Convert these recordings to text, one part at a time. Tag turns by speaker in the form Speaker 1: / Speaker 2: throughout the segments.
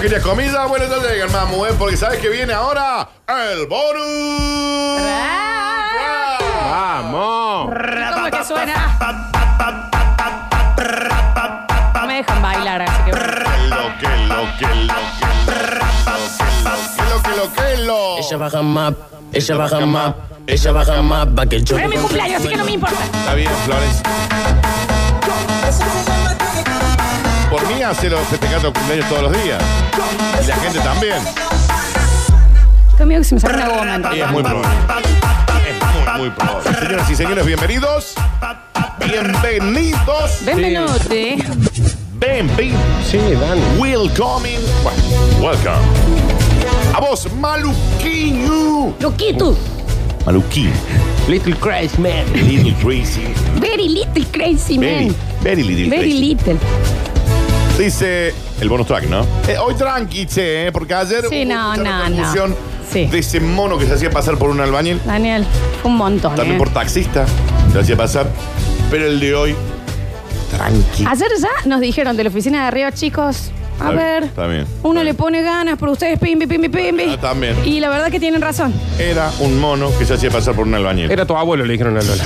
Speaker 1: querías comida, bueno, entonces digan, mamu, ¿eh? porque sabes que viene ahora el bonus.
Speaker 2: ¡Vamos!
Speaker 3: ¿Cómo es que suena? No me dejan bailar, así que bueno.
Speaker 1: Lo que, lo que, lo que, lo que, lo que,
Speaker 4: Ella
Speaker 1: lo
Speaker 4: baja más, ella baja más, ella baja más, va que yo.
Speaker 3: Pero es mi cumpleaños, así que no me importa.
Speaker 1: Está bien, Flores. Por mí hace los festejados cumpleaños todos los días. Y la gente también.
Speaker 3: Tengo miedo que se me saque una goma. ¿no?
Speaker 1: Y es muy probable. Es muy, muy probable. Señoras y señores, bienvenidos. Bienvenidos.
Speaker 3: Benvenuti.
Speaker 1: Benvenidos.
Speaker 4: Sí, Dan.
Speaker 1: Welcoming. Bueno, welcome. A vos, Maluquiñu.
Speaker 3: Loquito.
Speaker 1: Maluquín.
Speaker 4: Little Christ Man.
Speaker 1: Little Crazy.
Speaker 3: Very little crazy
Speaker 1: Very,
Speaker 3: man.
Speaker 1: very little
Speaker 3: Very
Speaker 1: crazy.
Speaker 3: little.
Speaker 1: Dice el bonus track, ¿no? Eh, hoy tranqui, che, ¿eh? porque ayer
Speaker 3: Sí,
Speaker 1: hubo
Speaker 3: no,
Speaker 1: mucha
Speaker 3: no,
Speaker 1: repercusión
Speaker 3: no. Sí.
Speaker 1: de ese mono que se hacía pasar por un albañil,
Speaker 3: Daniel, fue un montón.
Speaker 1: también
Speaker 3: eh.
Speaker 1: por taxista, se hacía pasar, pero el de hoy, tranqui.
Speaker 3: Ayer ya nos dijeron de la oficina de arriba, chicos. A
Speaker 1: Está bien,
Speaker 3: ver,
Speaker 1: está bien,
Speaker 3: uno
Speaker 1: está
Speaker 3: le
Speaker 1: bien.
Speaker 3: pone ganas, pero ustedes pimbi, pimbi, pimbi.
Speaker 1: Ah, también.
Speaker 3: Y la verdad que tienen razón.
Speaker 1: Era un mono que se hacía pasar por un albañil.
Speaker 2: Era tu abuelo, le dijeron a Lola.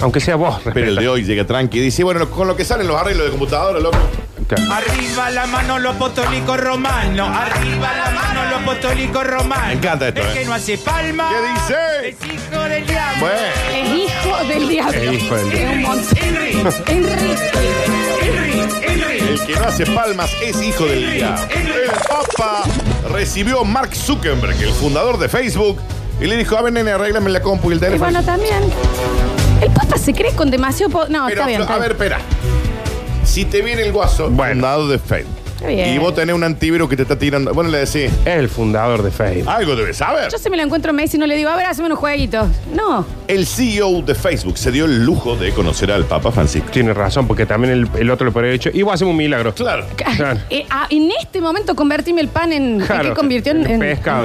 Speaker 2: Aunque sea vos,
Speaker 1: pero el de hoy llega tranqui y dice, bueno, con lo que salen los arreglos de computadora, loco.
Speaker 2: respeta.
Speaker 5: Arriba la mano lo apostólico romano. Arriba la mano lo apostólico romano.
Speaker 1: Me encanta esto,
Speaker 5: El
Speaker 1: eh.
Speaker 5: que no hace palma.
Speaker 1: ¿Qué dice?
Speaker 5: Es hijo del diablo.
Speaker 1: Bueno,
Speaker 3: Es hijo del diablo.
Speaker 2: Es hijo del diablo.
Speaker 3: Es un montón.
Speaker 5: Henry,
Speaker 3: Enrique.
Speaker 5: Henry, Henry.
Speaker 1: el que no hace palmas es hijo del día. El Papa recibió Mark Zuckerberg, el fundador de Facebook, y le dijo, a ver, nene, arréglame la compu y el
Speaker 3: Y
Speaker 1: teléfono.
Speaker 3: bueno, también. El papa se cree con demasiado. po- no,
Speaker 1: Pero,
Speaker 3: está bien.
Speaker 1: a
Speaker 3: está
Speaker 1: ver,
Speaker 3: bien.
Speaker 1: espera. Si te viene el guaso, fundado de Facebook,
Speaker 3: Está bien.
Speaker 1: y vos tenés un antivirus que te está tirando, bueno, le decís,
Speaker 2: Es el fundador de Facebook.
Speaker 1: algo debes saber.
Speaker 3: Yo si me lo encuentro a Messi no le digo, a ver, haceme unos jueguitos. No.
Speaker 1: El CEO de Facebook se dio el lujo de conocer al Papa Francisco.
Speaker 2: Tiene razón, porque también el, el otro lo podría haber hecho. Y vos hacemos un milagro.
Speaker 1: Claro.
Speaker 2: Claro.
Speaker 3: Eh, ah, en este momento convertíme el pan en.
Speaker 2: Claro,
Speaker 3: que convirtió en,
Speaker 2: en
Speaker 3: en- en
Speaker 2: pescado,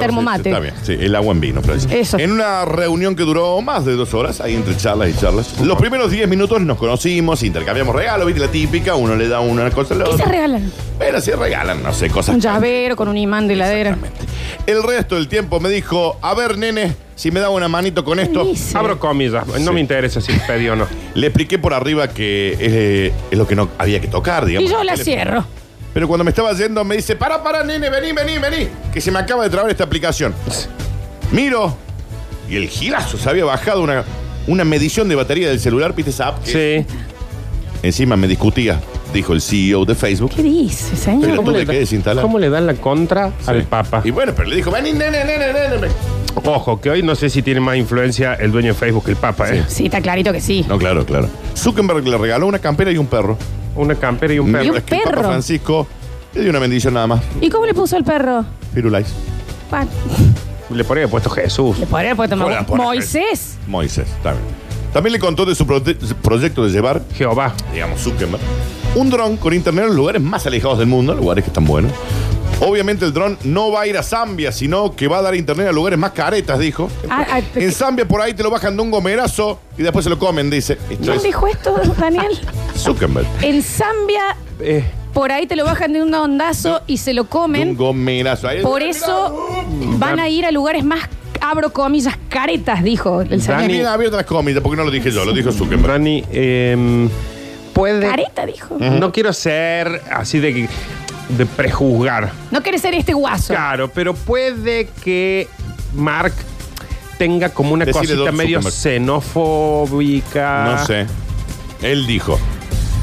Speaker 1: Este,
Speaker 3: termomate.
Speaker 1: Está bien, sí, el agua en vino, Francis.
Speaker 3: Eso.
Speaker 1: En una reunión que duró más de dos horas, ahí entre charlas y charlas, los primeros 10 minutos nos conocimos, intercambiamos regalos, viste la típica, uno le da una cosa a la
Speaker 3: ¿Qué se
Speaker 1: otra.
Speaker 3: regalan?
Speaker 1: Pero sí regalan, no sé, cosas.
Speaker 3: Un llavero con un imán de heladera.
Speaker 1: Exactamente. El resto del tiempo me dijo, a ver, nene, si me da una manito con esto.
Speaker 3: Buenísimo.
Speaker 2: Abro comillas. No
Speaker 1: Sí.
Speaker 2: me interesa si pedí o no.
Speaker 1: Le expliqué por arriba que eh, es lo que no había que tocar, digamos.
Speaker 3: Y yo la cierro.
Speaker 1: Pero cuando me estaba yendo me dice, para, para, nene, vení, vení, vení, que se me acaba de trabar esta aplicación. Miro, y el gilazo se había bajado una, una medición de batería del celular, ¿viste esa app? que
Speaker 2: Sí.
Speaker 1: Encima me discutía, dijo el CEO de Facebook.
Speaker 3: ¿Qué dice,
Speaker 1: Pero
Speaker 3: señor?
Speaker 1: tú te
Speaker 2: da-
Speaker 1: quedes instalado.
Speaker 2: ¿Cómo le dan la contra al Papa?
Speaker 1: Y bueno, pero le dijo, vení, nene, nene, nene. ven".
Speaker 2: Ojo, que hoy no sé si tiene más influencia el dueño de Facebook que el Papa, ¿eh?
Speaker 3: Sí, está clarito que sí.
Speaker 1: No, claro, claro. Zuckerberg le regaló una campera y un perro.
Speaker 2: Una campera y un perro.
Speaker 3: un
Speaker 1: Mientras que el Papa
Speaker 3: perro.
Speaker 1: Francisco le dio una bendición nada más.
Speaker 3: ¿Y cómo le puso el perro?
Speaker 1: Firulais.
Speaker 3: Pan.
Speaker 2: Le podría haber puesto Jesús.
Speaker 3: Le podría haber puesto
Speaker 1: Hola, por-
Speaker 3: Moisés.
Speaker 1: Moisés, también. También le contó de su prote- proyecto de llevar,
Speaker 2: Jehová.
Speaker 1: digamos, Zuckerberg, un dron con internet en los lugares más alejados del mundo, lugares que están buenos. Obviamente el dron no va a ir a Zambia, sino que va a dar internet a lugares más caretas, dijo.
Speaker 3: Ah, ah,
Speaker 1: En Zambia por ahí te lo bajan de un gomerazo y después se lo comen, dice. Esto
Speaker 3: ¿Quién
Speaker 1: es
Speaker 3: dijo esto, Daniel?
Speaker 1: Zuckerberg.
Speaker 3: En Zambia,
Speaker 2: Eh,
Speaker 3: por ahí te lo bajan de un ondazo y se lo
Speaker 1: De un
Speaker 3: comen.
Speaker 1: gomerazo. Ahí-
Speaker 3: Por
Speaker 1: Mirá,
Speaker 3: eso van a ir a lugares más, abro comillas, caretas, dijo el
Speaker 1: Dani.
Speaker 3: señor.
Speaker 1: Bien abiertas las comidas, porque no lo dije yo, lo dijo Zuckerberg.
Speaker 2: Dani, eh, puede.
Speaker 3: Careta, dijo.
Speaker 2: No quiero ser así de, que- de prejuzgar.
Speaker 3: No querés ser este guaso.
Speaker 2: Claro, pero puede que Mark tenga como una
Speaker 1: Decile
Speaker 2: cosita
Speaker 1: Don
Speaker 2: medio
Speaker 1: Zuckerberg.
Speaker 2: xenofóbica.
Speaker 1: No sé. Él dijo,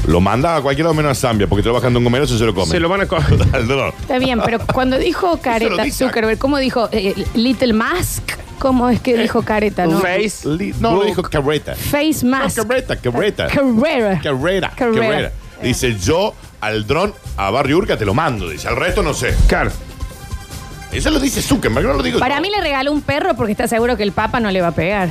Speaker 1: lo manda a cualquier lado menos a Zambia, porque te lo bajan de un gomerazo y se lo comen.
Speaker 2: Se lo van a co-
Speaker 1: Al dron.
Speaker 3: Está bien, pero cuando dijo
Speaker 1: Eso lo
Speaker 3: careta
Speaker 1: dice.
Speaker 3: Zuckerberg, ¿cómo dijo eh, Little Mask? ¿Cómo es
Speaker 1: Eh,
Speaker 3: que dijo careta, no?
Speaker 2: Face.
Speaker 1: Li- No, lo dijo Carreta.
Speaker 3: Face Mask.
Speaker 1: Carreta, Carreta. Carrera,
Speaker 3: Carrera. Carrera. Eh.
Speaker 1: Carrera. Dice, yo al dron a Barrio Urca te lo mando. Dice, al resto no sé.
Speaker 2: Claro.
Speaker 1: Eso lo dice Zuckerberg, no lo digo
Speaker 3: Para
Speaker 1: yo.
Speaker 3: mí le regaló un perro porque está seguro que el papa no le va a pegar.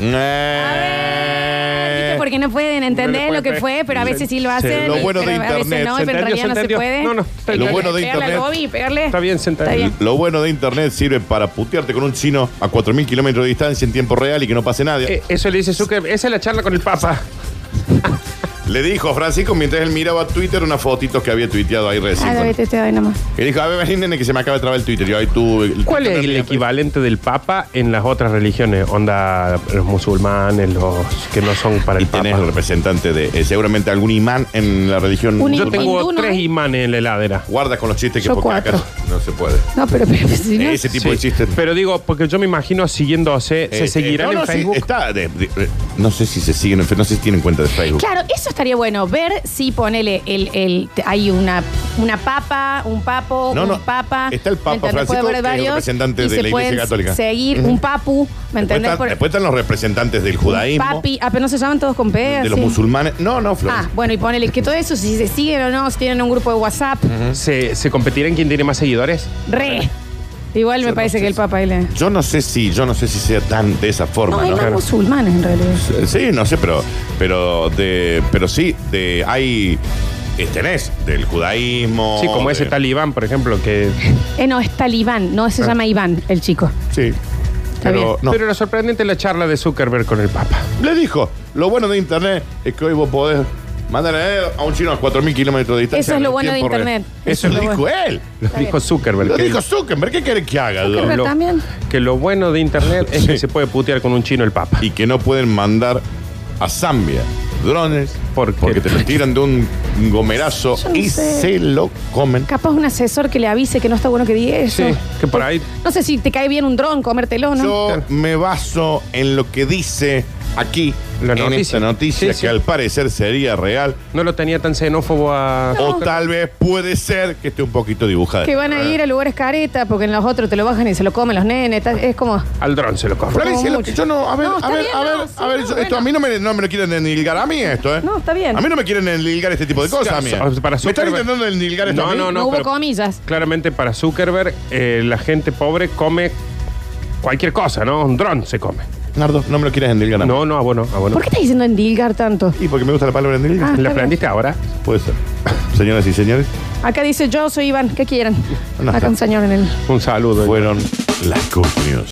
Speaker 1: Eh.
Speaker 3: Porque no pueden entender
Speaker 2: No le
Speaker 3: lo que
Speaker 2: puede
Speaker 3: fue,
Speaker 2: pegar.
Speaker 3: pero a veces sí lo hacen.
Speaker 1: Lo bueno de
Speaker 3: pero A veces
Speaker 1: internet.
Speaker 3: no,
Speaker 1: ¿Se
Speaker 3: pero en
Speaker 2: entendió?
Speaker 3: realidad no
Speaker 2: ¿Se
Speaker 3: se
Speaker 2: entendió?
Speaker 3: puede.
Speaker 2: No, no, está
Speaker 1: bien. Lo bueno de
Speaker 3: Pegarle
Speaker 1: internet.
Speaker 3: a Gobi, pegarle.
Speaker 2: Está bien, se entendió.
Speaker 3: Está bien.
Speaker 1: Lo bueno de internet sirve para putearte con un chino a 4.000 kilómetros de distancia en tiempo real y que no pase nadie.
Speaker 2: Eh, eso le dice Zucker. Esa es la charla con el Papa.
Speaker 1: Le dijo Francisco mientras él miraba Twitter unas fotitos que había tuiteado ahí recién.
Speaker 3: Ah, la vete, te doy nomás.
Speaker 1: Y dijo, a ver, vení, nene, que se me acaba de trabar el Twitter. Yo ahí tuve. el Twitter
Speaker 2: ¿Cuál
Speaker 1: pues.
Speaker 2: es el
Speaker 1: no tenía-
Speaker 2: equivalente del Papa en las otras religiones? Onda, los musulmanes, los que no son para
Speaker 1: Y
Speaker 2: el Papa.
Speaker 1: tenés el representante de eh, seguramente algún imán en la religión.
Speaker 3: Un
Speaker 2: Yo
Speaker 1: musulmana.
Speaker 2: tengo
Speaker 3: Hindú, ¿no?
Speaker 2: tres imanes en la heladera.
Speaker 1: Guarda con los chistes que
Speaker 3: Yo
Speaker 1: porque acá
Speaker 3: cuatro.
Speaker 1: no se puede.
Speaker 3: No, pero, pero si no.
Speaker 1: Ese tipo de
Speaker 2: Sí,
Speaker 1: chistes.
Speaker 2: Pero digo, porque yo me imagino siguiéndose,
Speaker 1: Eh,
Speaker 2: se seguirán
Speaker 1: eh, no,
Speaker 2: en
Speaker 1: no, sí,
Speaker 2: Facebook.
Speaker 1: está de- de- eh, no sé si se siguen en Facebook, no sé si tienen cuenta de Facebook.
Speaker 3: Claro, eso estaría bueno. Ver si ponele el, el te- hay una, una papa, un papo,
Speaker 1: No,
Speaker 3: un
Speaker 1: no,
Speaker 3: papa.
Speaker 1: está el Papa
Speaker 3: ¿me entendés?
Speaker 1: Francisco,
Speaker 3: Puede haber
Speaker 1: que es
Speaker 3: varios
Speaker 1: representante
Speaker 3: y
Speaker 1: de
Speaker 3: se
Speaker 1: la Iglesia
Speaker 3: pueden
Speaker 1: Católica.
Speaker 3: Seguir un papu, ¿me
Speaker 1: Después,
Speaker 3: entendés?
Speaker 1: están,
Speaker 3: Por-
Speaker 1: después están los representantes del judaísmo,
Speaker 3: Papi, ah, pero no se llaman todos con P.
Speaker 1: de
Speaker 3: así.
Speaker 1: los musulmanes. No, no, Flor.
Speaker 3: Ah, bueno, y ponele que todo eso, si se siguen o no, si tienen un grupo de WhatsApp,
Speaker 1: Este.
Speaker 2: ¿Se, se competirá en quién tiene más seguidores?
Speaker 3: re. Igual me parece que el papa él es-
Speaker 1: Yo no sé si, yo no sé si sea tan de esa
Speaker 3: No,
Speaker 1: forma,
Speaker 3: hay
Speaker 1: ¿no?
Speaker 3: más musulmanes en realidad.
Speaker 1: Sí, no sé, pero, pero de, pero sí, de hay eh, tenés del judaísmo.
Speaker 2: sí, como
Speaker 1: de-
Speaker 2: ese talibán, por ejemplo, que...
Speaker 3: Eh, no, es talibán, no se llama Iván, el chico.
Speaker 1: Sí.
Speaker 3: Está
Speaker 1: Pero,
Speaker 3: bien.
Speaker 1: no.
Speaker 2: Pero lo sorprendente es la charla de Zuckerberg con el Papa.
Speaker 1: le dijo, lo bueno de internet es que hoy vos podés mandar a un chino a 4.000 kilómetros de distancia.
Speaker 3: Eso es lo
Speaker 1: en
Speaker 3: bueno de
Speaker 1: tiempo real.
Speaker 3: internet.
Speaker 1: Eso,
Speaker 3: Eso es
Speaker 1: lo
Speaker 3: lo
Speaker 1: dijo
Speaker 3: bueno.
Speaker 1: él.
Speaker 2: Lo
Speaker 3: Está
Speaker 2: dijo
Speaker 3: bien.
Speaker 2: Zuckerberg.
Speaker 1: Lo
Speaker 2: que-
Speaker 1: dijo Zuckerberg. ¿Qué quiere que haga? Doc?
Speaker 3: Zuckerberg. Pero también.
Speaker 2: que lo bueno de internet es que se puede putear con un chino el papa.
Speaker 1: Y que no pueden mandar a Zambia drones
Speaker 2: ¿Por qué?
Speaker 1: porque te lo tiran de un gomerazo
Speaker 3: Yo no
Speaker 1: y
Speaker 3: sé.
Speaker 1: se lo comen.
Speaker 3: Capaz un asesor que le avise que no está bueno que diga eso.
Speaker 2: Sí, que por ahí-
Speaker 3: No sé si te cae bien un dron, comértelo, ¿no?
Speaker 1: Yo me baso en lo que dice aquí
Speaker 2: La
Speaker 1: en
Speaker 2: noticia.
Speaker 1: esta noticia
Speaker 2: Sí,
Speaker 1: que
Speaker 2: sí.
Speaker 1: al parecer sería real
Speaker 2: No lo tenía tan xenófobo a.
Speaker 1: o tal vez puede ser que esté un poquito dibujada.
Speaker 3: Que van a ir a lugares careta porque en los otros te lo bajan y se lo comen los nenes. tal- Es como.
Speaker 2: Al dron se lo corro.
Speaker 1: Florencia, lo que yo no, a ver,
Speaker 3: No,
Speaker 1: a
Speaker 3: está
Speaker 1: ver,
Speaker 3: bien,
Speaker 1: a ver,
Speaker 3: no, sí,
Speaker 1: a ver,
Speaker 3: no,
Speaker 1: yo- esto
Speaker 3: bueno.
Speaker 1: a mí no me, no me lo quieren enilgar a mí esto, ¿eh?
Speaker 3: No, está bien.
Speaker 1: A mí no me quieren enilgar este tipo de cosas,
Speaker 2: Sí,
Speaker 1: mía.
Speaker 2: so-
Speaker 1: me
Speaker 2: para
Speaker 1: están
Speaker 2: Zuckerberg-
Speaker 1: intentando enilgar esto
Speaker 2: No,
Speaker 1: a mí?
Speaker 2: no,
Speaker 3: No,
Speaker 2: no.
Speaker 3: ¿eh? hubo
Speaker 2: pero
Speaker 3: comillas.
Speaker 2: Claramente para Zuckerberg, eh, la gente pobre come cualquier cosa, ¿no? Un dron se come.
Speaker 1: Nardo, no me lo quieres endilgar a mí.
Speaker 2: No, no, ah, bueno, ah, bueno.
Speaker 3: ¿Por qué estás diciendo endilgar tanto?
Speaker 1: Y porque me gusta la palabra endilgar.
Speaker 3: Ah.
Speaker 2: ¿La aprendiste ahora?
Speaker 1: Puede ser. Señoras y señores,
Speaker 3: Acá dice yo soy Iván, ¿qué quieren?
Speaker 1: No,
Speaker 3: Acá
Speaker 1: no.
Speaker 3: un señor en el.
Speaker 2: Un saludo.
Speaker 1: fueron las Good News.